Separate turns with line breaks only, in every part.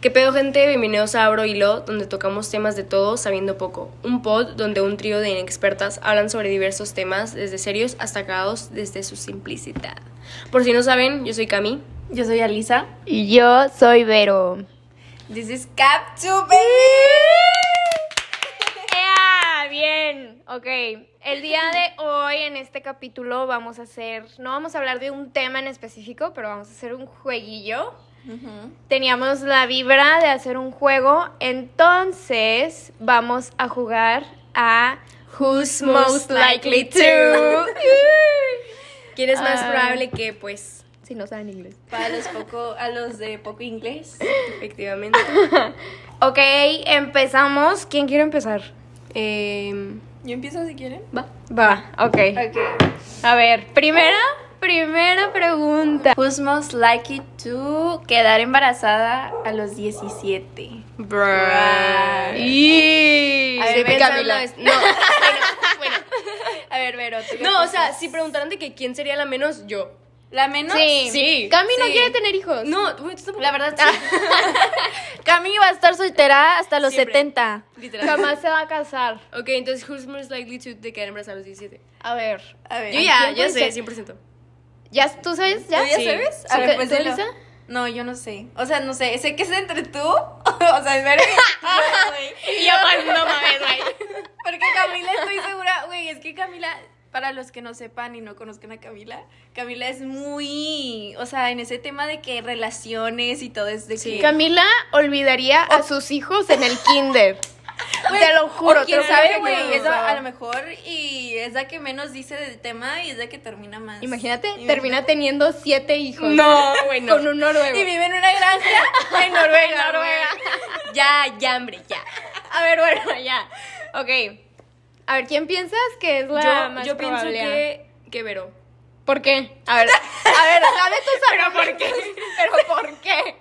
¿Qué pedo gente? Bienvenidos a Abro Hilo, donde tocamos temas de todo sabiendo poco. Un pod donde un trío de inexpertas hablan sobre diversos temas, desde serios hasta acabados, desde su simplicidad. Por si no saben, yo soy Cami.
Yo soy Alisa.
Y yo soy Vero.
This is Cap to Baby.
¡Ea! Bien, ok. El día de hoy en este capítulo vamos a hacer, no vamos a hablar de un tema en específico, pero vamos a hacer un jueguillo. Teníamos la vibra de hacer un juego, entonces vamos a jugar a
Who's most likely to? Ah. ¿Quién es más probable que, pues,
si no saben inglés.
Para los poco, a los de poco inglés.
efectivamente?
Ok, empezamos. ¿Quién quiere empezar?
Em,
Yo empiezo si quieren.
Va.
Va, ok. A ver, primera, primera pregunta.
Who's most likely to quedar embarazada a los 17?
Bruh.
Y...
A ver,
Estoy
ve,
pensando
Camila.
es- No,
A ver, Vero, ¿tú qué
no, o
piensas?
sea, si preguntaran de que quién sería la menos, yo.
¿La menos?
Sí.
Sí.
Cami no
Sí.
quiere tener hijos.
No, güey, tú tampoco.
La verdad, sí. Cami va a estar soltera hasta los
Siempre.
70.
Literal.
Jamás se va a casar.
Ok, entonces, who's most likely to de quedar embarazada a los 17?
A ver.
A
Eh,
ver.
Yo ya, ya
quién puede
sé,
ser?
100%.
¿Ya tú sabes? ¿Ya?
¿Tú ya
Sí.
sabes?
Sí.
A ver,
¿Tú,
pues
tú,
dilo.
Lisa?
No, yo no sé. O sea, no sé. Sé que es entre tú. o sea, es Vero y-
Y yo, pues, no mames, güey.
Porque Camila estoy segura, güey, es que Camila, para los que no sepan y no conozcan a Camila, Camila es muy, o sea, en ese tema de que relaciones y todo es de
Sí.
que...
Camila olvidaría a sus hijos en el kinder.
Güey,
te lo juro,
o
te
quién
lo juro
sabe,
que
güey,
no lo
es la-
usaba.
a lo mejor y es la que menos dice del tema y es la que termina más.
Imagínate,
Imagínate.
termina teniendo siete hijos.
No, güey, no.
Con un noruego.
Y vive en una granja en Noruega.
En Noruega.
Ya, ya, hombre, ya.
A ver, bueno, ya. Ok. A ver, ¿quién piensas que es la
Yo,
más
yo pienso
probable?
que, que Vero.
¿Por qué? A ver, a ver, dame tus argumentos. ¿Pero por qué? ¿Pero por qué?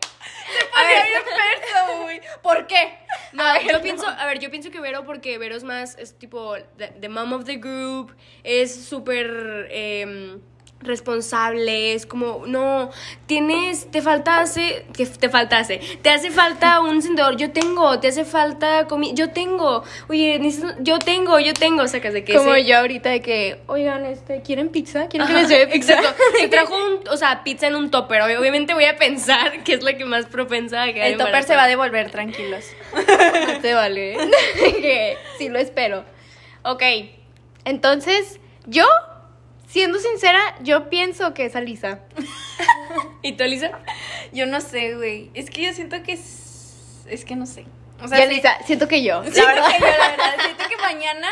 A ver, experto, güey. ¿Por qué?
No,
Ah,
yo pienso, a ver, yo pienso que Vero porque Vero es más, es tipo the, the mom of the group, es súper em, responsable, es como, no, tienes, te faltase, que te faltase, te hace falta un encendedor, yo tengo, te hace falta comida, yo tengo, oye, necesito- yo tengo, yo tengo, sacas de que
Como
ese-
yo ahorita de que, oigan, este, ¿quieren pizza? ¿Quieren que les lleve pizza?
Exacto. Se trajo un, o sea, pizza en un topper. Obviamente voy a pensar que es la que más propensa a quedar
El topper se va
embarazada.
a devolver, tranquilos.
No te vale. que sí lo espero. Ok, entonces, yo, siendo sincera, yo pienso que es Alisa.
¿Y tú, Elisa?
Yo no sé, güey. Es que yo siento que es, es que no sé. O
y
sea, sí-
Alisa, siento que yo.
siento que yo, la verdad, siento que mañana.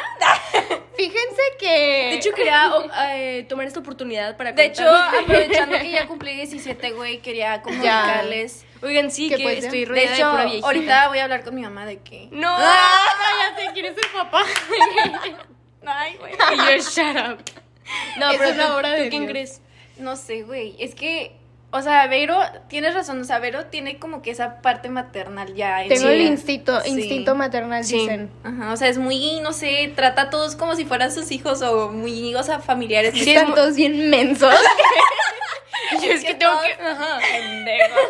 Fíjense que...
De hecho, quería o- eh, tomar esta oportunidad para
De hecho,
contarles-
aprovechando que ya cumplí 17, güey, quería comunicarles.
Oigan, sí,
¿Qué
que
puede ser?
estoy
De
rodeada de,
hecho,
pura viejita.
ahorita voy a hablar con mi mamá de que. Ah.
No,
cállate, ¿quieres ser papá?
Ay, güey.
y yo, shut up. No,
Es
pero
una
tú-
obra de
¿tú quién
Dios.
crees?
No sé, güey. Es que. O sea, Vero, tienes razón. O sea, Vero tiene como que esa parte maternal ya. en
Tengo
ella.
el instinto,
Sí.
instinto maternal,
Sí.
dicen.
Ajá, o sea, es muy, no sé, trata a todos como si fueran sus hijos o muy, o sea, familiares.
Sí, es
Están
mu-
todos bien mensos.
Yo es que tengo que. Ajá.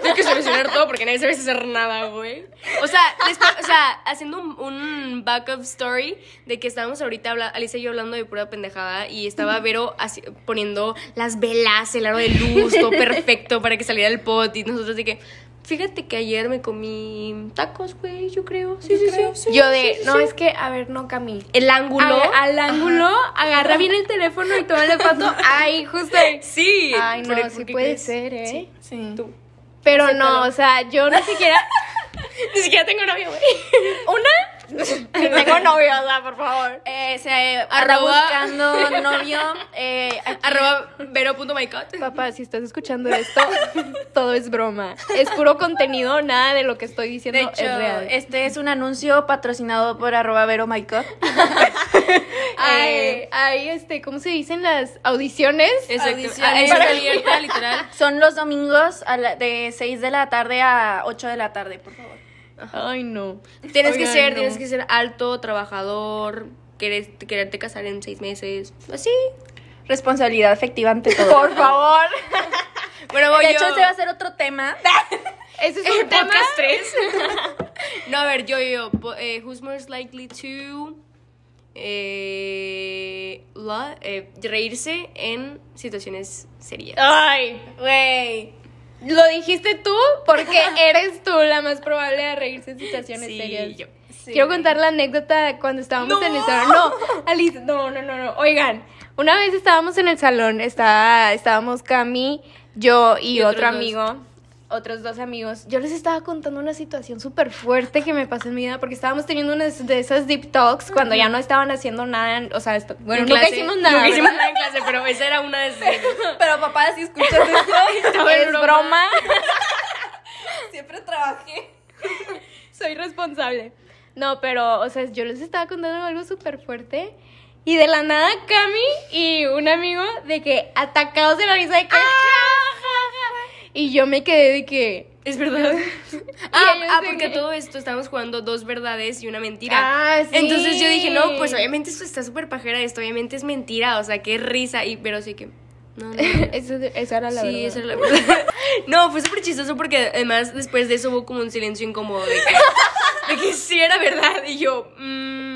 Tengo que solucionar todo porque nadie sabe hacer nada, güey. O sea, después, o sea haciendo un, un backup story de que estábamos ahorita, habla- Alicia y yo hablando de pura pendejada y estaba Vero así- poniendo las velas, el aro de luz, todo perfecto para que saliera el pot y nosotros de que. Fíjate que ayer me comí tacos, güey, yo creo. Sí, sí, sí.
Yo de,
sí,
no,
sí.
es que, a ver, no, Cami.
El ángulo.
Al, al ángulo, agarra bien el teléfono y toma la foto. Ay, justo. ahí.
Sí.
Ay, no,
¿Por- por
sí
qué
puede
crees?
ser, ¿eh?
Sí.
Sí.
Tú.
Pero
Acéptalo.
no, o sea, yo ni siquiera.
Ni siquiera tengo novio, güey.
tengo novio, o sea, por favor.
Eh, se eh,
Arroba-
anda buscando novio. Eh, aquí-
Arroba vero.mycot.
Papá, si estás escuchando esto, todo es broma. Es puro contenido, nada de lo que estoy diciendo
de hecho,
es real.
este es un anuncio patrocinado por arroba Vero My God.
Hay,
eh,
hay, este, ¿cómo se dicen las audiciones?
Exacto.
Audiciones.
Ah, es abierta, literal.
Son los domingos a la- de 6 de la tarde a 8 de la tarde, por favor.
Ay, no.
Tienes que
Oigan,
ser,
no.
tienes que ser alto, trabajador, querer, quererte casar en seis meses, así.
Responsabilidad efectiva ante todo.
Por favor.
Bueno, voy
de
yo.
hecho, ese va a ser otro tema.
Ese es
Eh,
un tema.
podcast 3. no, a ver, yo, yo, po- eh, who's most likely to eh, la- eh, reírse en situaciones serias.
Ay,
Güey.
lo dijiste tú porque eres tú la más probable de reírse en situaciones
Sí,
serias.
yo.
Sí.
Quiero contar la anécdota de cuando estábamos
No.
en el salón. No, Alice, no, no, no, no. Oigan, una vez estábamos en el salón, estaba, estábamos Cami, yo y,
Y otros
otro
dos.
amigo, otros dos amigos. Yo les estaba contando una situación súper fuerte que me pasó en mi vida porque estábamos teniendo unas de esas deep talks cuando ya no estaban haciendo nada, en- o sea, esto- bueno, nunca
clase,
hicimos nada.
Nunca
¿verdad?
hicimos nada en clase, pero esa era una de esas.
Pero papá, si escuchas esto,
Estaba en
Es broma.
siempre trabajé.
soy responsable. No, pero, o sea, yo les estaba contando algo súper fuerte. Y de la nada, Cami y un amigo de que atacados de la risa de que. "Ja, ja, ja". Y yo me quedé de que.
Es verdad.
Y
Ah,
ellos
ah,
de
porque
que-
todo esto estamos jugando dos verdades y una mentira.
Ah, sí.
Entonces yo dije, no, pues obviamente esto está súper pajera esto, obviamente es mentira, o sea, qué risa. Y, pero sí que. No, no, no.
Eso- esa era la
Sí,
verdad.
esa es la verdad. No, fue súper chistoso porque además después de eso hubo como un silencio incómodo de que, de que sí era verdad. Y yo, mm,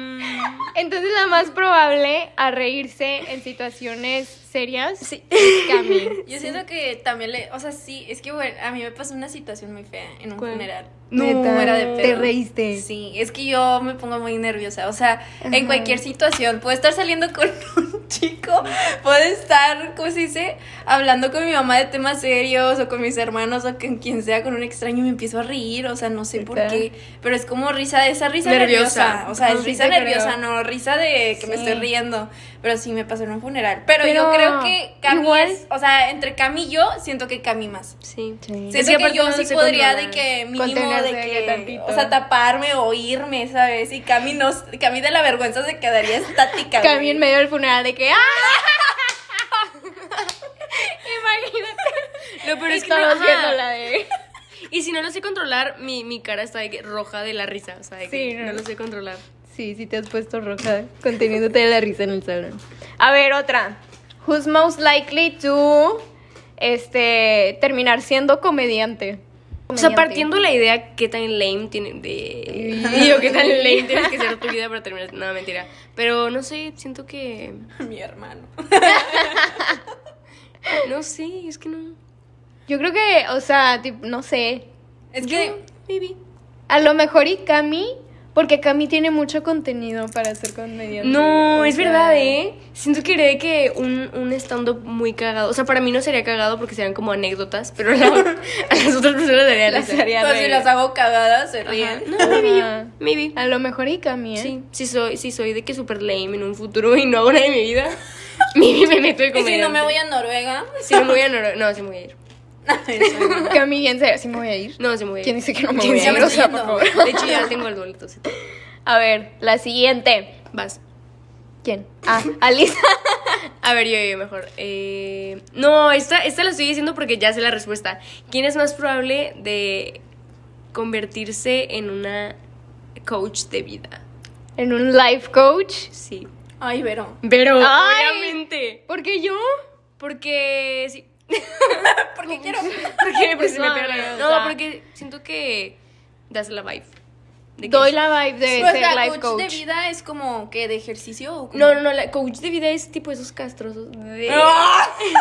Entonces, la más probable a reírse en situaciones serias.
sí.
es Cami.
Yo siento que también le. O sea, sí, es que bueno, a mí me pasó una situación muy fea en un
¿Cuál?
funeral.
No,
fuera de
Te
pedo.
reíste.
Sí, es que yo me pongo muy nerviosa. O sea,
Ajá.
en cualquier situación, puedo estar saliendo con un chico, puedo estar, ¿cómo se dice? Hablando con mi mamá de temas serios o con mis hermanos o con quien sea, con un extraño y me empiezo a reír. O sea, no sé por
¿Verdad?
qué, pero es como risa de esa risa nerviosa.
Nerviosa.
O sea, es
Sí,
risa
te creo.
nerviosa, no risa de que me
Sí.
estoy riendo. Pero sí me pasó en un funeral. Pero, yo
Pero
creo que Cami
igual-
es- o sea, entre Cami y yo, siento que Cami más.
Sí.
Sí.
Es
Siento
que
que,
aparte
yo
no
sí
se
podría de
controlan.
que mínimo de
Contenerse de
que,
que tantito.
o sea, taparme o irme, ¿sabes? Y Cami, no, Cami de la vergüenza se quedaría estática. güey.
Cami en medio del funeral de que. ¡Ah! Imagínate.
Lo peor
Y
es que
todos
ajá.
viéndola de.
Y si no lo sé controlar, mi, mi cara está de que roja de la risa. O sea, de que
Sí, no.
no. lo sé controlar.
Sí, sí te has puesto roja conteniéndote de la risa en el salón. A ver, otra. Who's most likely to este terminar siendo comediante?
O sea, partiendo la idea qué tan lame tiene de digo qué tan lame tienes que ser tu vida para terminar. No, mentira. Pero no sé, siento que
Mi hermano.
no sé, es que no.
Yo creo que, o sea, tip- no sé.
Es que
Maybe.
A lo mejor y Cami, porque Cami tiene mucho contenido para hacer comediante.
No,
O
es
sea,
verdad, ¿eh? Siento que haré que un, un stand-up muy cagado. O sea, para mí no sería cagado porque serían como anécdotas, pero a la- a las otras personas daría
Las
risa.
haría
pues, si
reír.
las hago cagadas, se ríen.
No, maybe
Ajá.
yo.
Ah,
Maybe.
A lo mejor y Cami, ¿eh?
Sí, si soy, si soy de que super lame en un futuro y no hago nada de mi vida, maybe me meto de
Y si
comediante.
no me voy a Noruega. pues,
Si no me voy a Noro- No, sí me voy a ir.
Cami, bien serio, sí me voy a ir.
No, sí me voy a ir.
¿Quién dice que no me
¿Quién
voy
dice
a
que
ir?
me estoy
O sea, por
yendo?
favor.
De hecho, ya tengo el boleto. sí.
A ver, la siguiente.
Vas.
¿Quién? Ah, Alisa.
A ver, yo, yo mejor. Eh, no, esta, esta la estoy diciendo porque ya sé la respuesta. ¿Quién es más probable de convertirse en una coach de vida?
en un life coach.
Sí.
Ay, Vero.
Pero,
Ay.
obviamente.
¿Por qué yo?
Porque, sí.
Porque quiero.
Porque, pues,
Pues
se me
no,
pega la
no,
gana.
o sea.
No, porque siento que das la vibe. de que-
Doy la vibe de
O
ser
sea,
life
pues, coach, de
coach.
vida es como que de ejercicio o como-
No, no, no, la coach de vida es tipo esos castrosos
Ah,
de...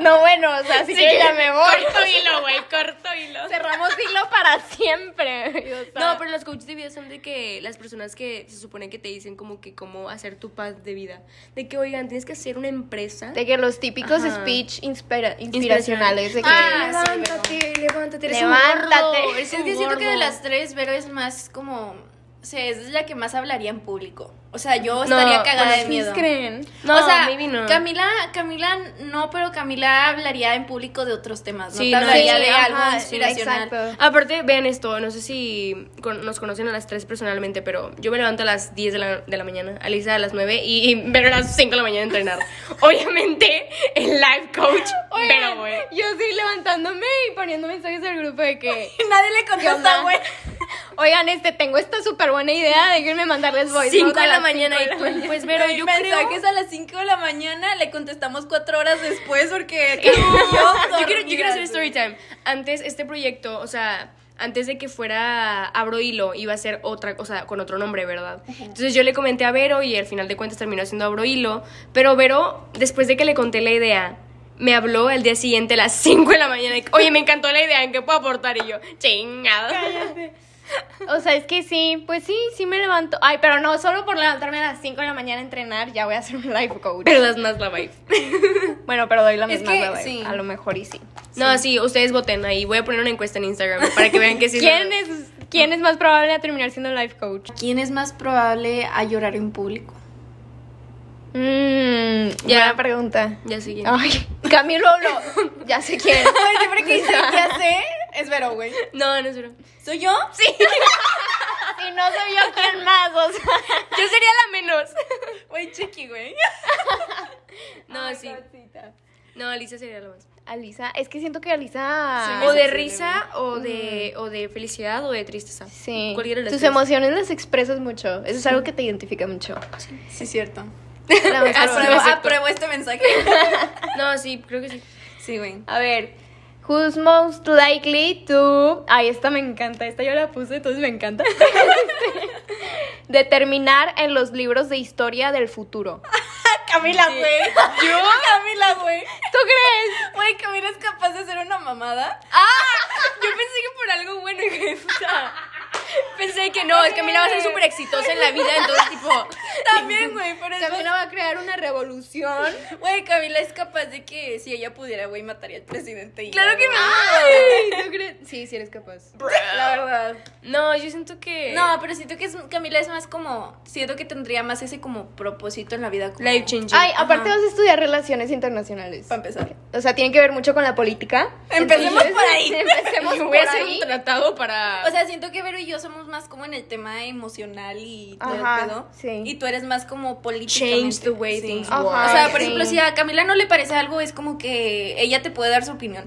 No, bueno, o sea, si
Sí,
que ya me voy.
Corto hilo, güey, corto hilo.
Cerramos hilo para siempre. o sea.
No, pero los coaches de vida son de que las personas que se supone que te dicen como que cómo hacer tu paz de vida. De que, oigan, tienes que hacer una empresa.
De que los típicos
Ajá.
speech inspira- inspiracionales. De que
Ah,
levántate, levántate, eres
Levántate.
un gordo.
Es
Eres un
que siento que de
gordo.
las tres, Vero es más como. O sea, es la que más hablaría en público. O sea, yo
No,
estaría cagada
bueno,
de miedo.
creen?
No,
o sea,
maybe no.
Camila, Camila no, pero Camila hablaría en público de otros temas, ¿no?
Sí,
Te
no,
hablaría
sí,
de
ajá,
algo
sí,
inspiracional.
Exacto.
Aparte, vean esto, no sé si con- nos conocen a las tres personalmente, pero yo me levanto a las 10 de la, de la mañana, Alisa a las 9 y, y Vero a las 5 de la mañana a entrenar. Obviamente, el life coach, pero güey.
Yo sí levantándome y poniendo mensajes al grupo de que.
Nadie le
¿Qué
contesta,
onda?
güey.
oigan, este, tengo esta súper buena idea, déjenme mandarles voice.
5
note a
de la
las
mañana
cinco de
y
la
tú,
mañana.
pues pero
Hay
yo creo
mensajes a las 5 de la mañana, le contestamos 4 horas después porque yo,
yo quiero, yo quiero hacer
dormidas,
story time. Antes, este proyecto, o sea, antes de que fuera Abro Hilo, iba a ser otra, o sea, con otro nombre, ¿verdad? Entonces yo le comenté a Vero y al final de cuentas terminó siendo Abro Hilo. Pero Vero, después de que le conté la idea, me habló al día siguiente a las 5 de la mañana. y, Oye, me encantó la idea, ¿en qué puedo aportar? Y yo, chingado.
O sea, es que sí, pues sí, sí me levanto. Ay, pero no, solo por levantarme a las 5 de la mañana a entrenar, ya voy a ser un life coach.
Pero das más la vibe.
Bueno, pero doy la
Es
misma
que
hueva,
sí.
A lo mejor y sí.
No, sí, ustedes voten ahí. Voy a poner una encuesta en Instagram para que vean que sí.
¿Quién es, ¿Quién es más probable a terminar siendo life coach?
¿Quién es más probable a llorar en público?
Mmm,
Ya.
ya pregunta.
Ya sigue.
Ay, Camilo lo. Ya sé quién.
Ay, siempre Pues, que dice ya sé, es Vero, güey.
No, no es verdad.
¿Soy yo? Sí.
Si no soy yo, ¿quién más? O sea.
Yo sería la menos.
Güey, chiqui, güey. Oh
No, sí. No, Alicia sería la más.
Alisa, es que siento que Alisa.
o de risa o de, o de felicidad o de tristeza.
Sí.
Cualquiera de las
Tus
tres.
emociones las expresas mucho. Eso es algo que te identifica mucho.
Sí, cierto.
La
Ah,
más
Así
probable.
lo acepto.
apruebo este mensaje.
No, sí, creo que sí.
Sí, güey.
A ver. Who's most likely to. Ay, esta me encanta. Esta yo la puse, entonces me encanta. Determinar en los libros de historia del futuro.
Ah, Camila, güey. ¿Yo? Camila, güey.
¿Tú crees?
Güey, Camila es capaz de hacer una mamada. Ah,
Yo pensé que por algo bueno, hija de puta. Pensé que no, es que Camila va a ser súper exitosa en la vida, entonces, tipo.
También, güey, pero es
Camila va a crear una revolución.
Güey, Camila es capaz de que si ella pudiera, güey, mataría al presidente. y
Claro
ya,
que
güey.
no.
Sí, sí eres capaz.
La verdad.
No, yo siento que.
No, pero siento que es, Camila es más como. Siento que tendría más ese como propósito en la vida. Como,
Life changing.
Ay, aparte
Ajá.
vas a estudiar relaciones internacionales.
Para empezar.
O sea, tiene que ver mucho con la política.
Empecemos por ahí.
Empecemos
Yo
por
voy a hacer
ahí.
un tratado para.
O sea, siento que Vero y yo somos más como en el tema emocional y todo
Ajá,
el pedo.
sí.
Y tú eres más como política.
change the way things
Ajá.
work.
O sea, por
Sí.
ejemplo, si a Camila no le parece algo, es como que ella te puede dar su opinión.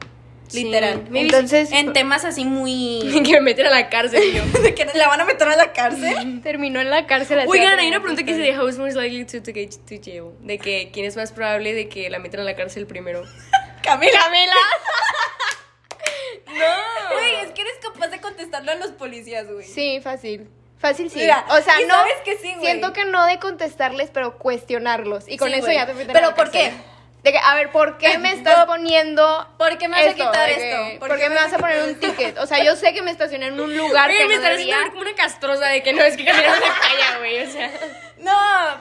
Sí.
Literal.
Maybe
Entonces,
En temas así muy.
que me meten a la cárcel yo.
de que la van a meter a la cárcel.
terminó en la cárcel. así
Oigan,
la
hay una pregunta que se
terminó.
deja Who's most likely to, to get to jail? De que quién es más probable de que la metan a la cárcel primero.
Camila.
¡Camela!
No. Güey, es que eres capaz de contestarlo a los policías, güey.
Sí, fácil. Fácil sí.
Mira,
o sea,
y
no.
sabes que sí, güey.
Siento que no de contestarles, pero cuestionarlos. Y con
Sí,
eso
güey.
ya te meten a
Pero
la
¿por
cárcel.
qué?
De que, a ver, ¿por qué me estás poniendo
¿Por qué me vas
esto?
a quitar
De que,
esto?
¿Por, qué me vas a
quitar
poner un ticket? O sea, yo sé que me estacioné en un lugar
Oye,
que
me
no
están haciendo
debería.
ver como una castrosa de que no, es que Camila no se calla, güey, o sea.
No,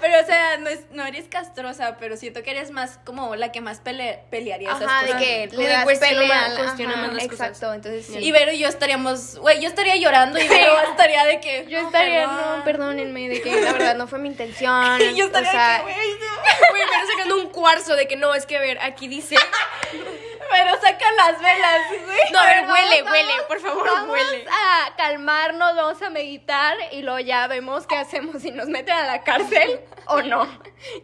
pero o sea, no, es- no eres castrosa, pero siento que eres más como la que más pele- pelearía esas
Ajá, de
cosas.
que
Como
le
que
das
cuestiona
pelea.
más, cuestiona
ajá,
más las cosas.
Exacto, entonces sí.
Y Vero y yo estaríamos, güey, yo estaría llorando y Vero estaría de que
Yo
"No,
estaría,
perdón".
no, perdónenme, de que la verdad no fue mi intención.
Y yo estaría
o sea,
de que, güey, no.
Güey, pero sacando un cuarzo de que no, es que a ver, aquí dice.
Pero saca las velas, güey.
No, a ver,
vamos,
huele,
vamos,
huele, por favor,
vamos
huele.
a calmarnos, vamos a meditar y luego ya vemos qué hacemos, si nos meten a la cárcel o no.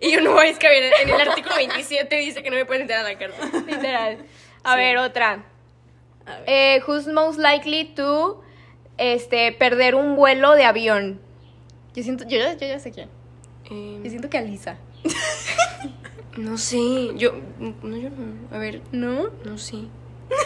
Y yo no voy, es que a ver, en el artículo 27 dice que no me pueden meter a la cárcel.
Literal. A
Sí.
ver, otra.
A ver.
Eh, who's most likely to este, perder un vuelo de avión? Yo siento, yo, ya- yo ya sé quién. Yo
Eh,
siento que Alisa.
no sé, yo. No, yo no. A ver,
¿No?
no sé.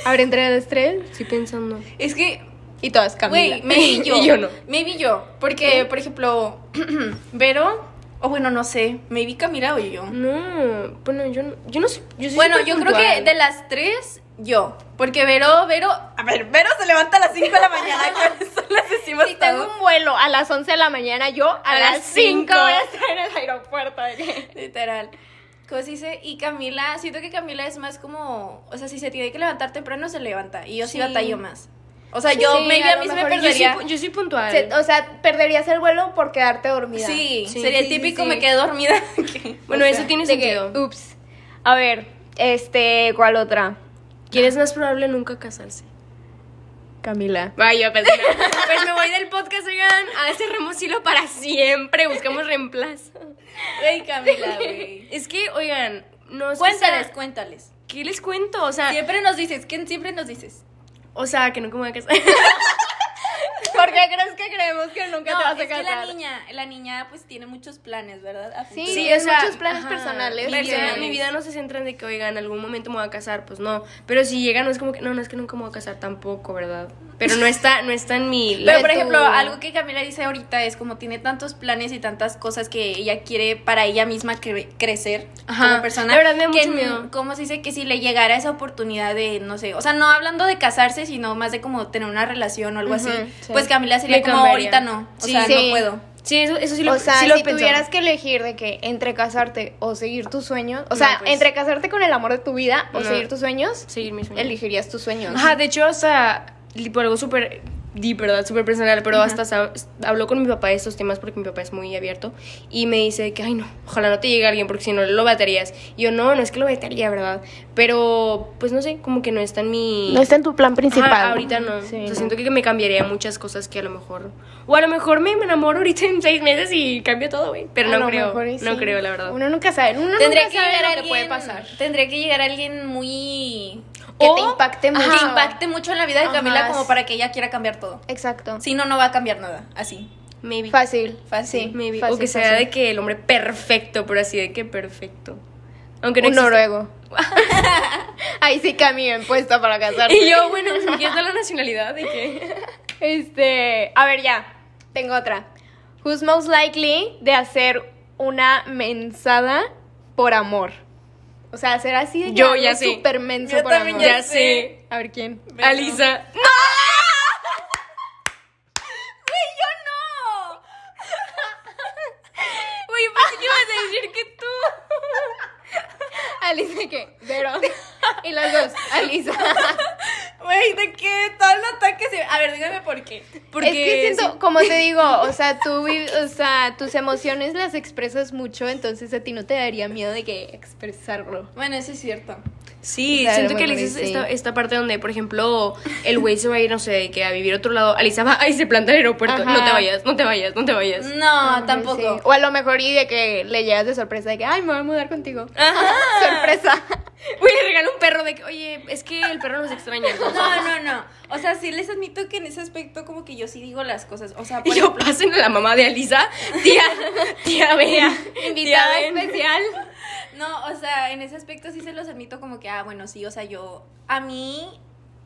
A ver, entre las tres.
Estoy pensando.
Es que
Y todas Camila.
Güey, maybe yo.
Y yo no.
Maybe yo. Porque, por ejemplo, Vero, o bueno, no sé, maybe Camila o yo.
No, bueno, yo no, yo no sé. Yo soy
Bueno,
súper
yo creo que
puntual.
de las tres, yo. Porque Vero, Vero. A ver, Vero se levanta a las 5 de la mañana. Con eso les decimos
Si tengo
todo.
un vuelo a las 11 de la mañana, yo a,
A
las
las
5
cinco.
voy a estar en el aeropuerto. ¿de qué?
Literal. ¿Cómo se dice? Y Camila, siento que Camila es más como. O sea, si se tiene que levantar temprano, se levanta. Y yo sí,
Sí.
batallo más. O sea, yo,
Sí,
maybe
a
a,
lo
mí se me
mejor
Yo
yo
soy,
perdería.
pu- yo soy puntual.
Se- o sea, perderías el vuelo por quedarte dormida.
Sí,
Sí,
sería
sí,
el típico,
sí.
me quedé dormida. que-
bueno,
o
eso
sea,
tiene
De que,
sentido.
ups. A ver, este, ¿cuál otra?
¿Quién es más probable nunca casarse?
Camila.
Vaya, pues, no. Pues me voy del podcast, oigan. A cerramos hilo para siempre. Buscamos reemplazo.
Güey, Camila, güey.
Es que, oigan, no
Pues
sé,
Cuéntales,
o sea,
cuéntales.
¿Qué les cuento? O sea,
Siempre nos dices, ¿quién siempre nos dices?
o sea, que nunca me voy a casar.
Porque ya crees que creemos que nunca
No,
te vas a
es que la
casar.
niña, la niña pues tiene muchos planes, ¿verdad? A
Sí,
futuro.
sí,
o
es
sea,
muchos planes
ajá,
personales.
Mi vida,
Personales.
mi vida no se centra en de que, oiga, en algún momento me voy a casar, pues no. Pero si llega, no es como que, no, no es que nunca me voy a casar tampoco, ¿verdad? Pero no está, no está en mi...
Pero por
de tu-
ejemplo, algo que Camila dice ahorita es como tiene tantos planes y tantas cosas que ella quiere para ella misma cre- crecer
Ajá.
como persona.
La verdad me da
que,
mucho miedo.
¿Cómo se dice que si le llegara esa oportunidad de, no sé, o sea, no hablando de casarse, sino más de como tener una relación o algo así,
sí.
pues Camila sería
Me
como
cambiaría.
ahorita no, o
Sí.
sea,
Sí.
no puedo.
Sí, eso, eso sí lo,
O sea,
sí lo
si
pensaba.
tuvieras que elegir de que entre casarte o seguir tus sueños, o sea,
pues.
entre casarte con el amor de tu vida o
No.
seguir tus sueños,
Seguir mis sueños.
elegirías tus sueños.
Ajá, de hecho, hasta li- por algo súper deep, ¿verdad? Súper personal, pero hasta sa- habló con mi papá de estos temas porque mi papá es muy abierto y me dice que, ay, no, ojalá no te llegue alguien porque si no lo baterías. Y yo, no, no es que lo batería, ¿verdad? Pero, pues no sé, como que no está en mi...
en tu plan
Ajá, ahorita no.
Sí,
o sea,
no.
siento que me cambiaría muchas cosas que a lo mejor... O a lo mejor me enamoro ahorita en seis meses y cambio todo, güey. Pero
A
no
lo
creo,
mejor y
no
sí.
creo, la verdad.
Uno nunca sabe, uno
Tendría
nunca
que
sabe
llegar
lo
alguien,
que puede pasar.
Tendría que llegar alguien muy
Que te
O-
impacte mucho.
que impacte mucho en la vida de
Ajá,
Camila como
sí.
para que ella quiera cambiar todo.
Exacto.
Si no no va a cambiar nada, así.
Maybe.
Fácil.
Fácil,
sí,
Maybe.
fácil,
o que sea
fácil.
de que el hombre perfecto, pero así de que perfecto. Aunque no
un
exista.
noruego. Ahí sí Cami en puesta para casarse.
Y yo, bueno, pues me quieres dar la nacionalidad de que.
Este, a ver ya, tengo otra. Who's most likely de hacer una mensada por amor? O sea, hacer así de que
Yo
algo
ya sé.
súper menso
Yo
por
también
amor.
Ya sé.
A ver quién.
Bueno.
Alisa.
¡Güey, yo no!
Oye, pensé que ibas a decir que tú.
Alice qué? Vero. Y las dos, Alisa.
Güey, ¿de qué? Todo el ataque se... A ver, dígame por qué.
Porque
es que siento,
sí.
como te digo, o sea, tú, vi- o sea, tus emociones las expresas mucho, entonces a ti no te daría miedo de que expresarlo.
Bueno, eso es cierto.
Sí,
Claro,
siento que
bueno,
Alisa es
sí.
esta, esta parte donde, por ejemplo, el güey se va a ir, no sé, de que a vivir a otro lado. Alisa va, ahí se planta el aeropuerto.
Ajá. Mm.
No te vayas, no te vayas, no te vayas.
No,
Ajá,
tampoco.
Ah, sí. O a lo mejor y de que le llegas de sorpresa de que, ay, me voy a mudar contigo.
Ah.
Sorpresa.
Güey, le regalo un perro de que, oye, es que el perro nos extraña. entonces.
No, no, no. O sea, sí les admito que en ese aspecto como que yo sí digo las cosas. O sea,
Y
por
yo,
ejemplo,
pasen a la mamá de Alisa. Tía, tía Bea.
Invitada
Tía Ben.
especial.
no, o sea, en ese aspecto sí se los admito como que, ah, bueno, sí, o sea, yo, a mí,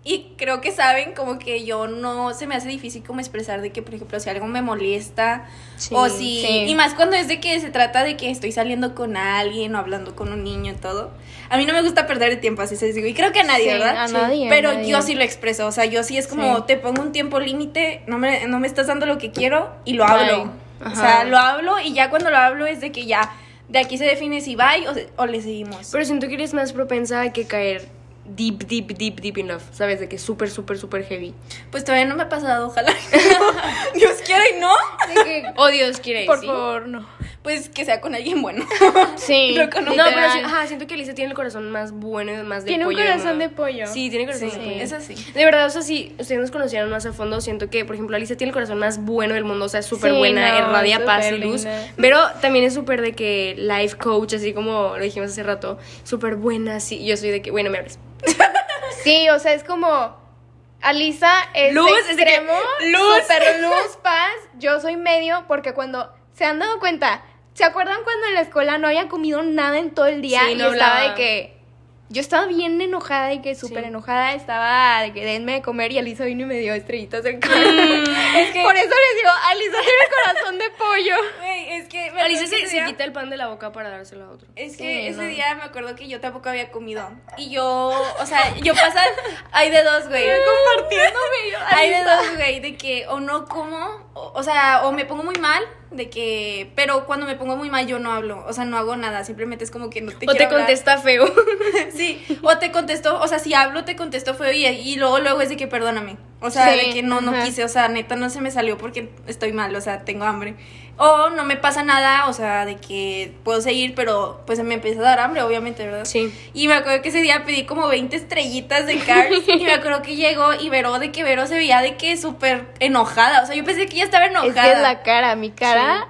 y creo que saben como que yo no, se me hace difícil como expresar de que, por ejemplo, si algo me molesta,
Sí,
o si,
sí.
y más cuando es de que se trata de que estoy saliendo con alguien o hablando con un niño y todo, a mí no me gusta perder el tiempo, así se les digo, y creo que a nadie,
Sí,
¿verdad?
a nadie, a
Pero
nadie.
yo sí lo expreso, o sea, yo sí es como,
Sí.
te pongo un tiempo límite, no me, no me estás dando lo que quiero, y lo
Bye.
hablo, o
Ajá.
sea, lo hablo, y ya cuando lo hablo es de que ya... De aquí se define si bye o, se- o le seguimos.
Pero siento que eres más propensa a que caer deep, deep, deep, deep enough. ¿Sabes? De que súper, súper, súper heavy.
Pues todavía no me ha pasado, ojalá. Dios quiera y no.
De que,
Oh, Dios, quiere
por
¿sí?
favor, no.
Pues que sea con alguien bueno.
Sí.
Lo conozco.
No,
literal.
pero sí- ajá, siento que Lisa tiene el corazón más bueno, y más de
Tiene un
pollo,
corazón
¿no?
de pollo.
Sí, tiene corazón de pollo.
es así.
De verdad, o sea, si ustedes nos conocieran más a fondo, siento que, por ejemplo, Alicia tiene el corazón más bueno del mundo, o sea, es súper
Sí,
buena,
no,
irradia paz y
súper
luz.
linda.
Pero también es súper de que life coach, así como lo dijimos hace rato, súper buena, sí. Yo soy de que, bueno, me abres.
Sí, o sea, es como. Alisa es
Luz, es de que-
extremo,
luz.
super luz, paz. Yo soy medio porque cuando se han dado cuenta, ¿se acuerdan cuando en la escuela no había comido nada en todo el día
Sí,
y
no
estaba
hablaba.
de que yo estaba bien enojada y que súper enojada estaba de que denme de comer y Alisa vino y me dio estrellitas del corazón.
Es que,
Por eso les digo, Alisa tiene el corazón de pollo.
güey, es que. me
Alicia
acuerdo
se,
ese
se
día-
quita el pan de la boca para dárselo a otro.
Es que
Sí,
ese
no.
día me acuerdo que yo tampoco había comido. Y yo, o sea, yo pasar. Hay de dos, güey.
Compartiéndome yo.
Hay de dos, güey, de que o no como, o, o sea, o me pongo muy mal, de que. Pero cuando me pongo muy mal, yo no hablo. O sea, no hago nada. Simplemente es como que no te
o
quiero
te
hablar.
contesta feo.
Sí, o te contestó, o sea, si hablo te contesto feo y, y luego luego es de que perdóname. O sea,
Sí,
de que no, no
ajá.
quise, o sea, neta no se me salió porque estoy mal, o sea, tengo hambre. O no me pasa nada, o sea, de que puedo seguir, pero pues me empieza a dar hambre, obviamente, ¿verdad?
Sí.
Y me acuerdo que ese día pedí como 20 estrellitas de Cars y me acuerdo que llegó y Vero, de que Vero se veía de que súper enojada, o sea, yo pensé que ella estaba
Es
enojada.
que es la cara, mi cara.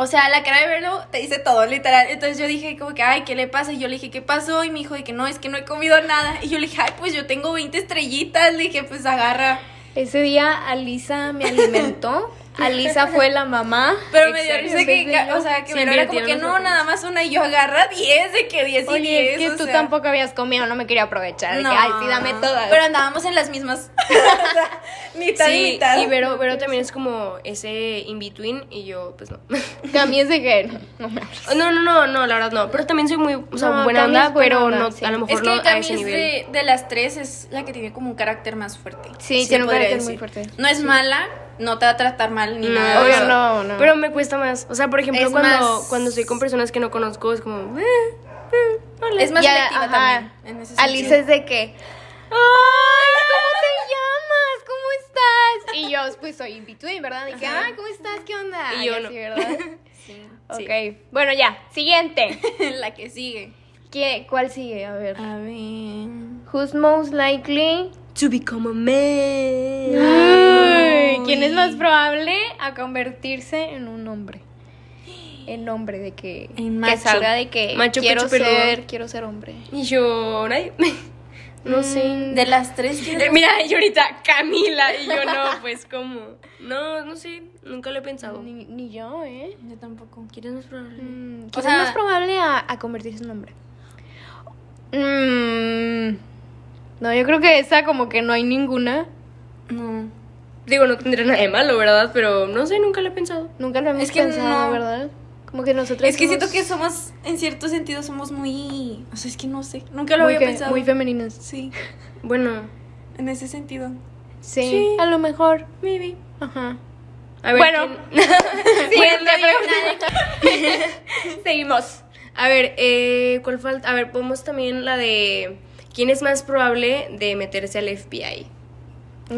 O sea, la cara de verlo te dice todo, literal. Entonces yo dije como que, ay, ¿qué le pasa? Y yo le dije, ¿qué pasó? Y me dijo de que no, es que no he comido nada. Y yo le dije, ay, pues yo tengo 20 estrellitas. Le dije, pues agarra.
Ese día Alisa me alimentó. Alisa fue la mamá.
Pero me dio
Exacto.
risa que,
Entonces
ca-
yo-
o sea, que
se
Vero era como que
invirtieron los
no,
papeles.
nada más una y yo agarra 10, de que 10 y
Oye, es
10.
que
o
tú
sea.
tampoco habías comido, no me quería aprovechar. de
No.
que, ay, sí, dame todas.
Pero andábamos en las mismas. O sea, mitad y
Sí,
mitad.
y Vero, Vero también es como ese in-between y yo, pues no.
Que a mí es de que no, no me hables.
No, no, no, no, la verdad no. Pero también soy muy, o sea,
No,
buena
Cami
onda,
es buena
pero
onda,
no,
sí.
a lo mejor
Es
no
que
a
Cami
ese
es
nivel.
de, de las tres, es la que tiene como un carácter más fuerte.
Sí,
se
tiene un
podría
carácter muy
decir.
fuerte.
No es mala, no te va a tratar mal ni
No,
nada. de
Obvio,
eso.
no, no.
Pero me cuesta más. O sea, por ejemplo,
Es
cuando,
más-
cuando estoy con personas que no conozco, es como. "Eh, eh, hola".
Es más
Ya,
selectiva
ajá.
también. en ese
Alicia
sentido.
es de que, ay, ¿cómo te llamas? ¿Cómo estás? Y yo, pues soy in between, ¿verdad? De que,
Ajá.
ay, ¿cómo estás? ¿Qué onda?
Y yo
así,
no.
¿verdad?
Sí.
Ok, bueno, ya, siguiente.
Sí. la que sigue.
¿Qué- ¿Cuál sigue? A ver.
A ver.
Who's most likely?
To become a man.
Ay, ¿Quién es más probable a convertirse en un hombre? El hombre de que,
En
que
macho.
salga de que
Macho,
quiero
pecho peludo.
ser, quiero ser hombre.
Y yo, nadie. No
Mm.
sé.
De las tres, ¿quién es
Eh, mira, yo ahorita, Camila. Y yo no, pues como. No, no sé. Nunca lo he pensado.
Ni, ni yo, ¿eh?
Yo tampoco.
¿Quién es más probable?
Mm,
O
¿Quién
sea-
es más probable a, a convertirse en hombre? Mm, no, yo creo que esa como que no hay ninguna.
No.
Digo, no tendría nada de malo, ¿verdad? Pero no sé, nunca lo he pensado.
Nunca lo hemos
Es que
pensado,
no.
¿verdad? Como que nosotros
Es que siento que somos, en cierto sentido, somos muy. O sea, es que no sé. Nunca lo
muy,
había
fe-
pensado.
muy femeninas.
Sí,
Bueno,
en ese sentido.
Sí,
Sí.
a lo mejor.
maybe.
Ajá.
A ver,
Bueno.
¿quién-
Siguiente pregunta. Seguimos.
A ver, eh, ¿cuál falta? A ver, podemos también la de quién es más probable de meterse al FBI.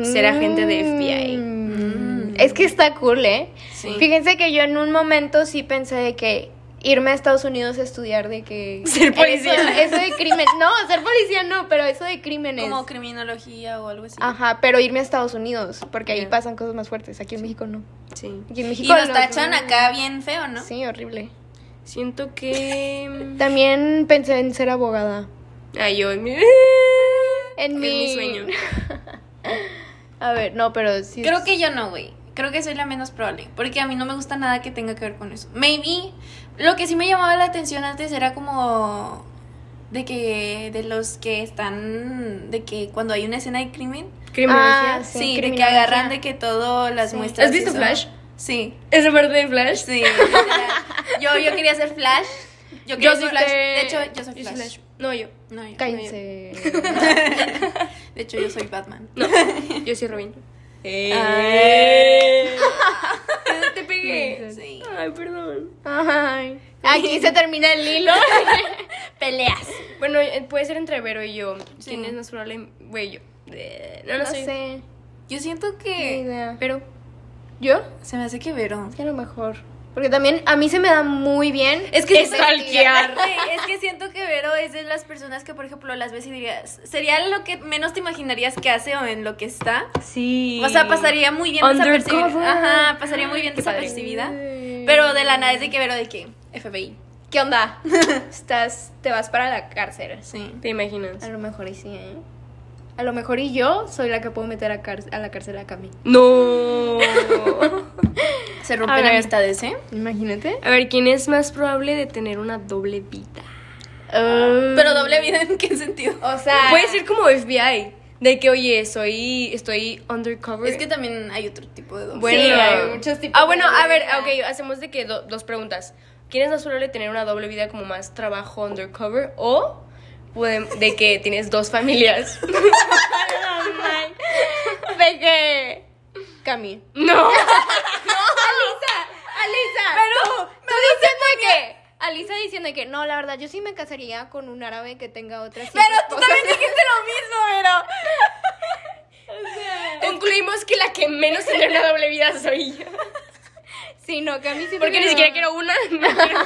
Ser agente de FBI.
Mm. Es que está cool, ¿eh?
Sí.
Fíjense que yo en un momento sí pensé de que irme a Estados Unidos a estudiar de que...
Ser policía.
Eso, eso de crimen. No, ser policía no, pero eso de crímenes.
Como criminología o algo así.
Ajá, pero irme a Estados Unidos, porque ahí
Ya.
pasan cosas más fuertes. Aquí en México no.
Sí.
Aquí en
Y
México
nos
no.
tachan acá bien feo, ¿no?
Sí, horrible.
Siento que. mm,
También pensé en ser abogada.
Ay, yo en mi.
En
Es
mi...
mi sueño.
a ver, no, pero sí.
Creo que yo no, güey. Creo que soy la menos probable. Porque a mí no me gusta nada que tenga que ver con eso. Maybe. Lo que sí me llamaba la atención antes era como. De que. De los que están. De que cuando hay una escena de crimen.
Criminología.
Ah,
Sí,
Sí,
de que
criminología.
agarran de que todo las
Sí.
muestras.
¿Has
y
visto
eso.
Flash?
Sí.
¿Esa parte de Flash?
Sí. o sea, yo, yo quería ser Flash. Yo,
Yo
quería
soy
ser
Flash.
De hecho, yo soy Flash.
No, yo.
No, yo-
Cállense.
De hecho, yo soy Batman.
No. Yo soy Robin.
Eh.
Te- Te pegué.
Sí.
Ay, perdón.
Ay. Aquí se termina el hilo. Peleas.
Bueno, eh, puede ser entre Vero y yo.
Sí.
¿Quién es más probable? Güey, yo. Eh, No, no,
No
soy.
sé.
Yo siento
Ni
que.
idea.
Pero.
Eh, ¿Yo?
Se me hace que Vero.
Es que a lo mejor. Porque también a mí se me da muy bien.
Es que
investigar.
stalkear.
Güey, es que siento que Vero es de las personas que, por ejemplo, las ves y dirías. Sería lo que menos te imaginarías que hace o en lo que está.
Sí.
O sea, pasaría muy bien
Undercover.
desapercibida. Ajá, pasaría muy bien
Qué padre.
desapercibida. Pero de la nada es de que Vero de que. FBI.
¿Qué onda? Estás, te vas para la cárcel.
Sí.
¿Te imaginas?
A lo mejor y sí, ¿eh? A lo mejor y yo soy la que puedo meter a, cárcel- a la cárcel a Cami.
No.
Se
A
rompen
ver.
amistades, ¿eh?
Imagínate.
A ver, ¿quién es más probable de tener una doble vida?
Pero doble vida, ¿en qué sentido?
O sea.
Puede ser como FBI, de que oye, soy estoy undercover.
Es que también hay otro tipo de doble.
bueno,
Sí, hay muchos tipos
Ah, bueno,
de
a ver,
vida.
ok, hacemos de que do- dos preguntas. ¿Quién es más probable tener una doble vida como más trabajo undercover o pueden- de que tienes dos familias?
de que. Cami.
No.
Alisa. Pero. Tú diciendo que. Alisa diciendo que no, la verdad, yo sí me casaría con un árabe que tenga otra. Pero tú también dijiste lo mismo, pero.
Concluimos que la que menos tendrá una doble vida soy yo.
Sí, no, Cami sí.
Porque ni siquiera quiero una. No quiero,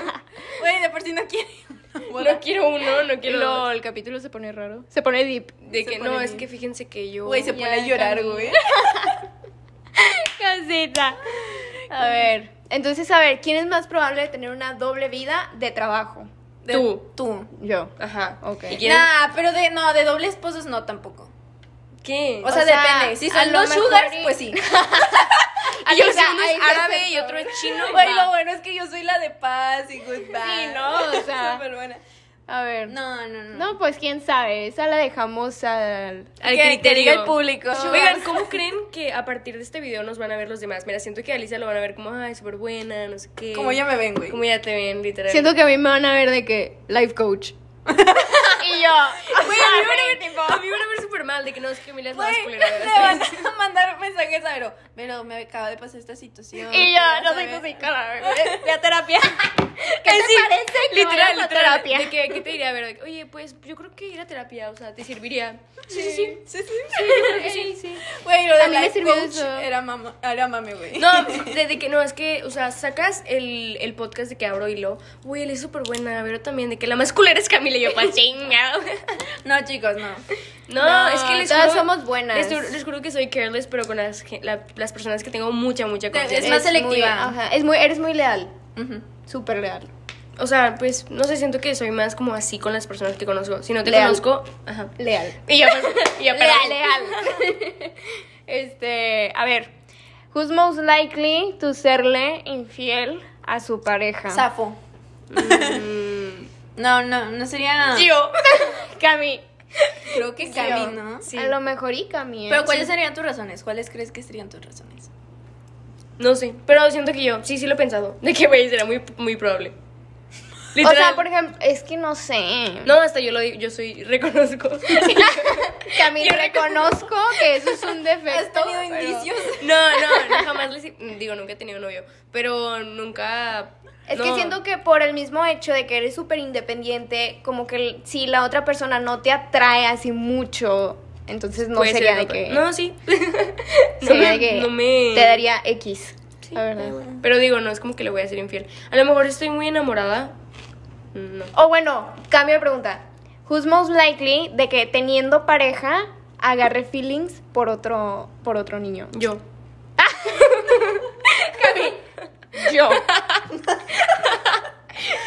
Güey, de por sí no quiere.
no quiero uno, no quiero dos.
el capítulo se pone raro. Se pone deep.
De que
pone
no, es
bien.
que fíjense que yo.
Güey, se
Ya,
pone a llorar,
Cami.
güey.
Casita. A ver. Entonces, a ver, ¿quién es más probable de tener una doble vida de trabajo?
De-
Tú.
Tú.
Yo.
Ajá.
Ok.
¿Y quién-
Nah, pero de, no, de doble esposos no tampoco.
¿Qué?
O sea,
O sea,
depende. Si
a
son
lo
dos
mejor
sugars,
y-
pues sí.
y yo,
Amiga,
si uno
hay
es árabe y
excepciones.
otro es chino.
Güey,
va.
lo bueno es que yo soy la de paz y goodbye.
Sí, ¿no? O sea.
Súper buena.
A ver. No.
No, no, no.
pues quién sabe. Esa la dejamos al.
Al
Que- que
criterio.
diga el público.
Oigan, ¿cómo creen que a partir de este video nos van a ver los demás? Mira, siento que a Alicia lo van a ver como, ay, súper buena, no sé qué.
Como ya me ven, güey.
Como ya te ven, literal.
Siento que a mí me van a ver de que life coach. y
Güey,
yo.
a mí me van a ver- a mí me van a ver súper mal, de que no es que Camila es la más
Güey,
culera de
le
las
van a mandar mensajes a Vero. Vero, me acaba de pasar esta situación.
Y yo,
Quería
no soy tu
saber".
psicóloga, güey. Ve a terapia. ¿Qué te parece que
literal,
vayas a
literal,
terapia?
De que, ¿qué te diría? A ver, de que, oye, pues yo creo que ir a terapia, o sea, te serviría. Sí, sí, sí.
Sí, sí.
Sí, yo creo que sí, sí.
Güey, lo
A
de
mí me
la
sirvió
coach
eso.
era mama, era mame, güey.
No, desde que no, es que, o sea, sacas el, el podcast de que abro hilo. Güey, él es súper buena, pero también de que la más culera es Camila y yo,
pues,
pa' chingado.
No, chicos, no.
No,
No,
es que les
todas
juro-
somos buenas.
Les, juro- les juro que soy careless, pero con las, gen- la- las personas que tengo mucha, mucha
Es
confianza.
más
muy-
selectiva.
ajá, es muy, eres muy leal.
Ujú.
Súper leal.
O sea, pues, no sé, siento que soy más como así con las personas que conozco. Si no te
Leal.
conozco, ajá.
Leal.
Y yo, pues, y yo,
leal,
perdón.
leal. este, a ver. Who's most likely to serle infiel a su pareja?
Safo.
Mm,
Ah. No, no, no sería.
Yo.
Cami.
Creo que Cami, ¿no?
Sí.
A lo mejor y Cami. ¿eh?
Pero ¿cuáles serían tus razones? ¿Cuáles crees que serían tus razones?
No sé, pero siento que yo, sí, sí lo he pensado. De que, güey, será muy, muy probable.
O sea,
Literal.
por ejemplo, es que no sé.
No, hasta yo lo digo, yo soy, reconozco.
Cami,
Yo
reconozco que eso es un
¿Has
defecto.
tenido
pero-
indicios?
No, no, no, jamás les... Digo, nunca he tenido novio, pero nunca...
Es que
no.
siento que por el mismo hecho de que eres súper independiente, como que el- si la otra persona no te atrae así mucho, entonces no
Puede ser
sería de
otra-
que.
No, sí.
sería
me-
de que
no me-
Te daría X.
Sí,
la verdad.
Pero digo, no es como que le voy a ser infiel. A lo mejor estoy muy enamorada. No.
O bueno, cambio de pregunta. Who's most likely de que teniendo pareja agarre feelings por otro por otro niño?
Yo.
Yo.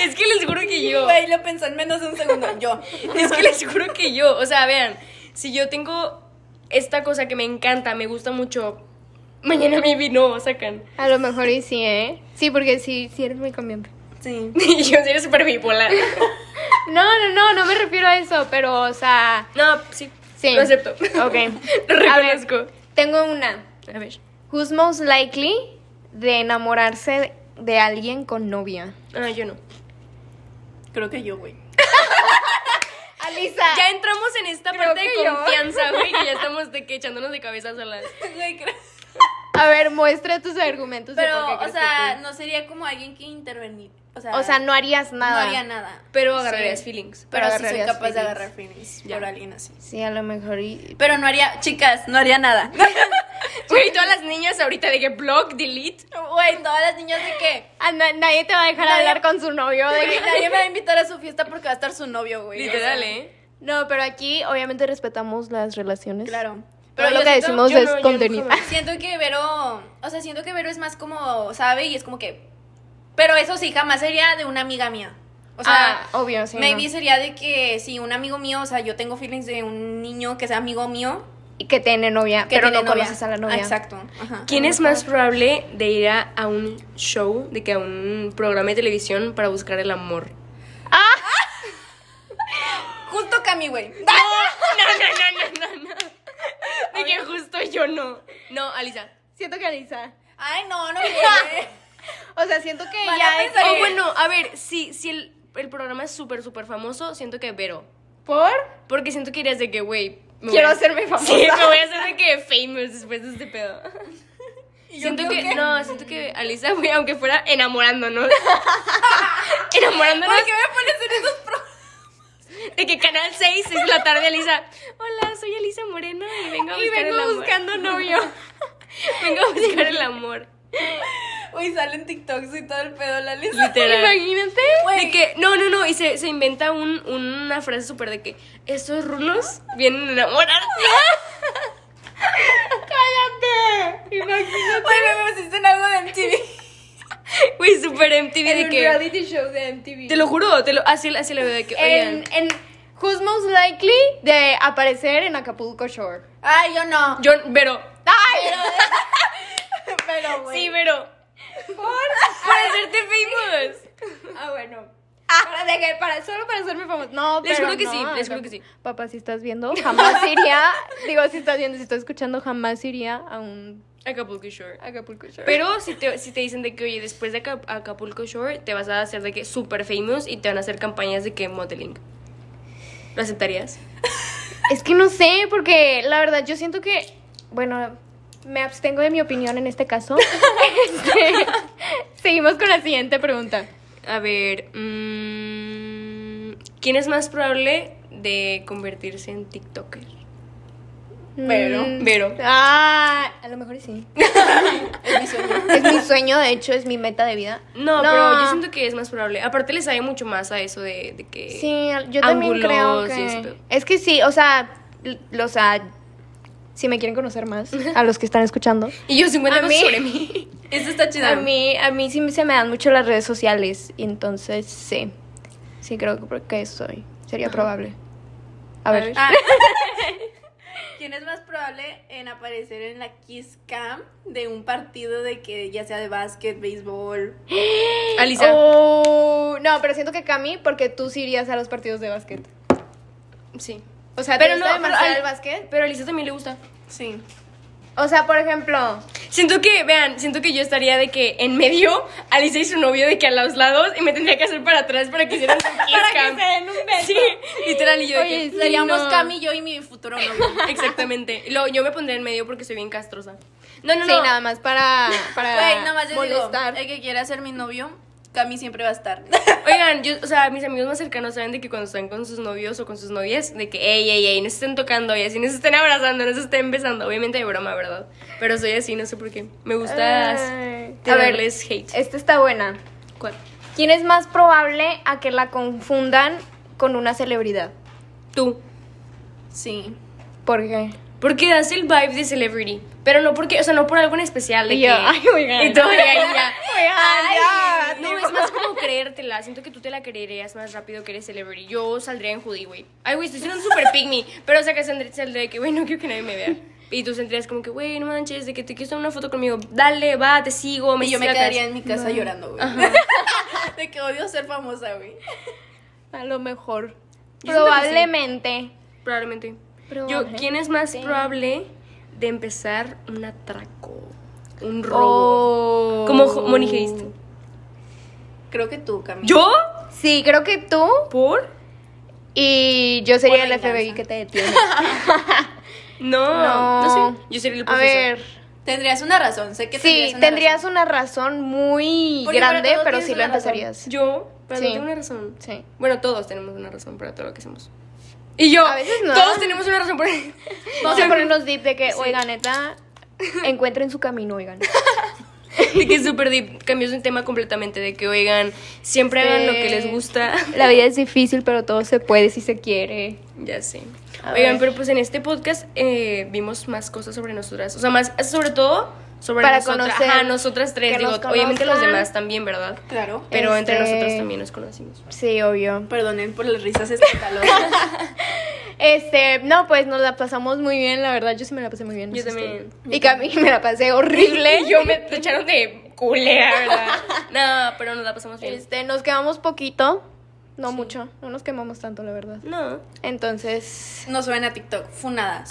Es que les juro que yo.
Güey, lo pensé en menos de un segundo. Yo.
Es que les juro que yo. O sea, vean, si yo tengo esta cosa que me encanta, me gusta mucho, mañana maybe no sacan.
A lo mejor y sí, ¿eh? Sí, porque sí, sí eres muy cambiante.
Sí.
Y yo sería súper bipolar.
No, no, no, no me refiero a eso, pero o sea,
No, sí.
sí.
Lo acepto.
Ok.
Lo
A ver,
reconozco.
tengo una.
A ver.
Who's most likely de enamorarse de alguien con novia?
Ah, yo no.
Creo que yo, güey.
Alisa.
Ya entramos en esta
Ah. Creo
parte de
que yo.
confianza, güey, que ya estamos de que echándonos de cabeza solas.
Güey, creo-
A ver, muestra tus argumentos. de por qué
Pero, o
crees que
sea,
tú-
no sería como alguien que intervenir. O sea,
o sea, no harías
no
nada.
haría nada.
Pero agarrarías feelings.
Pero sí soy
agarrarías
capaz de
feelings.
agarrar feelings
Ya.
por alguien así.
Sí, a lo mejor y...
Pero no haría, chicas, no haría nada.
Güey, todas las niñas ahorita de que block, delete.
Güey, todas las niñas de que
Ah, na- nadie te va a dejar
Nadie-
hablar con su novio. de
güey,
que-
nadie me va a invitar a su fiesta porque va a estar su novio, güey.
Literal,
O sea,
¿eh?
No, pero aquí obviamente respetamos las relaciones.
Claro.
Pero
yo
lo que
siento-
decimos
yo
es
no- yo no
contenido.
jamás.
Siento que Vero, o sea, siento que Vero es más como, sabe, y es como que, pero eso sí, jamás sería de una amiga mía. O sea,
Ah, obvio, sí,
maybe
no.
sería de que si un amigo mío, o sea, yo tengo feelings de un niño que sea amigo mío,
Y que tiene novia,
que
pero
tiene
no
novia.
conoces a la novia.
Ah, Exacto. Ajá.
¿Quién es más probable de ir a, a un show, de que a un programa de televisión para buscar el amor?
Justo Cami, güey.
No, no, no, no, no, no. De que justo yo no. No, Alisa.
Siento que Alisa.
Ay, no, no güey.
O sea, siento que
Van a
ya
pensar
O
que-
oh, bueno, a ver, si, si el, el programa es súper, súper famoso, siento que Vero.
¿Por?
Porque siento que irías de que, güey. me voy
Quiero
a-
hacerme famosa.
Sí, me voy a hacer de que famous después de este pedo.
Y yo
Siento
creo
que, no, siento que Alisa, güey, aunque fuera enamorándonos. enamorándonos.
¿Por qué me pones en esos pro-
De que Canal 6 es la tarde, Alisa. Hola, soy Alisa Moreno y vengo a
Y
buscar
vengo
el amor.
buscando novio.
vengo a buscar el amor.
Güey, salen TikToks y todo el pedo, la lista.
Literal.
Imagínate.
De que, no, no, no, y se, se inventa un, una frase súper de que estos rulos vienen a enamorarse.
Cállate. Imagínate.
Güey, me pusiste en algo de MTV.
Güey, súper MTV de que.
show de MTV.
Te lo juro, te lo, así, así lo veo de que, oigan.
en, en Who's Most Likely de aparecer en Acapulco Shore.
Ay, yo no.
Yo, pero. ¡Ay!
Pero, güey.
sí, pero.
Por-
Para
Ah.
hacerte famous.
Ah, bueno.
Para dejar- para- solo para hacerme famoso. No,
Les
pero
juro que
no,
sí, les juro
tampoco.
que sí.
Papá, si estás viendo, jamás iría. digo, si estás viendo, si estás escuchando, jamás iría a un
Acapulco Shore.
Acapulco Shore.
Pero si te, si te dicen de que, oye, después de Acap- Acapulco Shore, te vas a hacer de que super famous y te van a hacer campañas de que modeling. ¿Lo aceptarías?
Es que no sé, porque la verdad yo siento que, bueno, me abstengo de mi opinión en este caso. Este, seguimos con la siguiente pregunta.
A ver, mm, ¿quién es más probable de convertirse en TikToker?
Pero-
Mm,
pero.
Ah, a lo mejor sí.
Es mi sueño.
Es mi sueño, de hecho, es mi meta de vida.
No, pero yo siento que es más probable. Aparte, le sabe mucho más a eso de, de que.
Sí, yo también creo
ángulos y
que...
esto.
Es que sí, o sea, l- o sea, si me quieren conocer más, a los que están escuchando,
Y yo 50
A
más
mí-
sobre mí.
Esto está chido.
A mí, a mí sí se me dan mucho las redes sociales, y entonces sí. Sí, creo que- que soy. Sería probable. A ver.
Ah. ¿Quién es más probable en aparecer en la Kiss Cam de un partido de que ya sea de básquet, béisbol?
Alisa.
Oh, no, pero siento que Cami, porque tú sí irías a los partidos de básquet.
Sí.
O sea, ¿te
Pero
gusta
no, pero
demasiado
al-
el básquet?
Pero a Alisa también le gusta.
Sí.
O sea, por ejemplo,
Siento que, vean, siento que yo estaría de que en medio, Alicia y su novio de que a los lados y me tendría que hacer para atrás para que hicieran su kiss cam.
den un beso.
Sí, literal y yo de que,
Oye,
sí,
Seríamos
no.
Cami, yo y mi futuro novio.
Exactamente. Y luego yo me pondría en medio porque soy bien castrosa. No, no,
sí,
no.
nada más para, para
Güey, nomás yo
molestar.
digo, el que quiera ser mi novio, Cami siempre va a estar.
Oigan, yo, o sea, mis amigos más cercanos saben de que cuando están con sus novios o con sus novias, de que, ey, ey, ey, no se estén tocando y así, no se estén abrazando, no se estén besando. Obviamente de broma, ¿verdad? Pero soy así, no sé por qué. Me gusta
Ay. A ver,
tirarles hate.
esta está buena.
¿Cuál?
¿Quién es más probable a que la confundan con una celebridad?
Tú.
Sí.
¿Por qué?
Porque das el vibe de celebrity. Pero no porque, o sea, no por algo en especial. De
Y yo,
que,
ay, oigan.
Y tú, oigan, y ya.
Ay,
No, es más como creértela. Siento que tú te la creerías más rápido que eres celebrity. Yo saldría en hoodie, güey. Ay, güey, estoy siendo súper pygmy. Pero o sea que saldré- saldría de que, güey, no quiero que nadie me vea. Y tú saldrías como que, güey, no manches, de que te quieres tomar una foto conmigo. Dale, va, te sigo, me
Y yo me
sacas.
quedaría en mi casa llorando, güey. De que odio ser famosa, güey.
A lo mejor.
Yo siento que
Probablemente.
Probablemente. Yo,
Probable.
¿quién es más probable de empezar un atraco? Un
Oh.
robo.
O-
Como jo- Moni Haste.
Creo que tú, Cami.
¿Yo?
Sí, creo que tú
¿Por?
y yo sería
Por
el FBI
venganza.
que te detiene.
No, no, sé. Yo sería el
A
profesor.
ver,
Tendrías una razón, sé que
sí,
una
tendrías
razón.
una razón muy
Porque para
grande,
todo
pero
tienes
sí lo
una razón.
empezarías.
Yo, pero
Sí.
no tengo una razón.
Sí.
Bueno, todos tenemos una razón para todo lo que hacemos. Y yo,
A veces no.
todos tenemos una razón para.
Vamos a poner unos dips de que,
Sí.
oigan, neta, encuentren su camino, oigan.
de que es súper deep. Cambió un tema completamente de que, oigan, siempre hagan lo que les gusta.
La vida es difícil, pero todo se puede si se quiere.
Ya sé.
A
Oigan,
ver.
pero pues en este podcast eh, vimos más cosas sobre nosotras. O sea, más sobre todo sobre
Para
nosotras.
conocer,
Ajá, nosotras tres.
que
Digo,
nos
obviamente los
conozcan.
demás también, ¿verdad?
Claro.
Pero entre
Este-
nosotras también nos conocimos.
Sí, obvio.
Perdonen por las risas escandalosas.
Este, no, pues nos la pasamos muy bien, la verdad, yo sí me la pasé muy bien. no
Yo
sé
también.
ustedes. Y Cami me la pasé horrible.
Y yo me te echaron de culera, ¿verdad? no, pero nos la pasamos bien.
Este, nos quemamos poquito, no mucho, no nos quemamos tanto, la verdad.
No.
Entonces,
no suben a TikTok, funadas.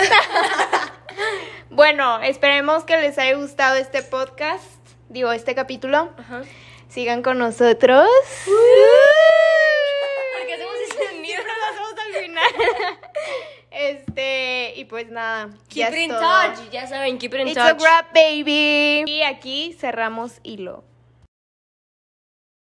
bueno, esperemos que les haya gustado este podcast, digo, este capítulo.
Ajá.
Sigan con nosotros.
Porque hacemos ese sonido.
Siempre lo hacemos al final. Este, y pues nada. ya
Keep
es
in
todo.
touch. Ya saben, keep in
It's a
touch.
wrap, baby. Y aquí cerramos hilo.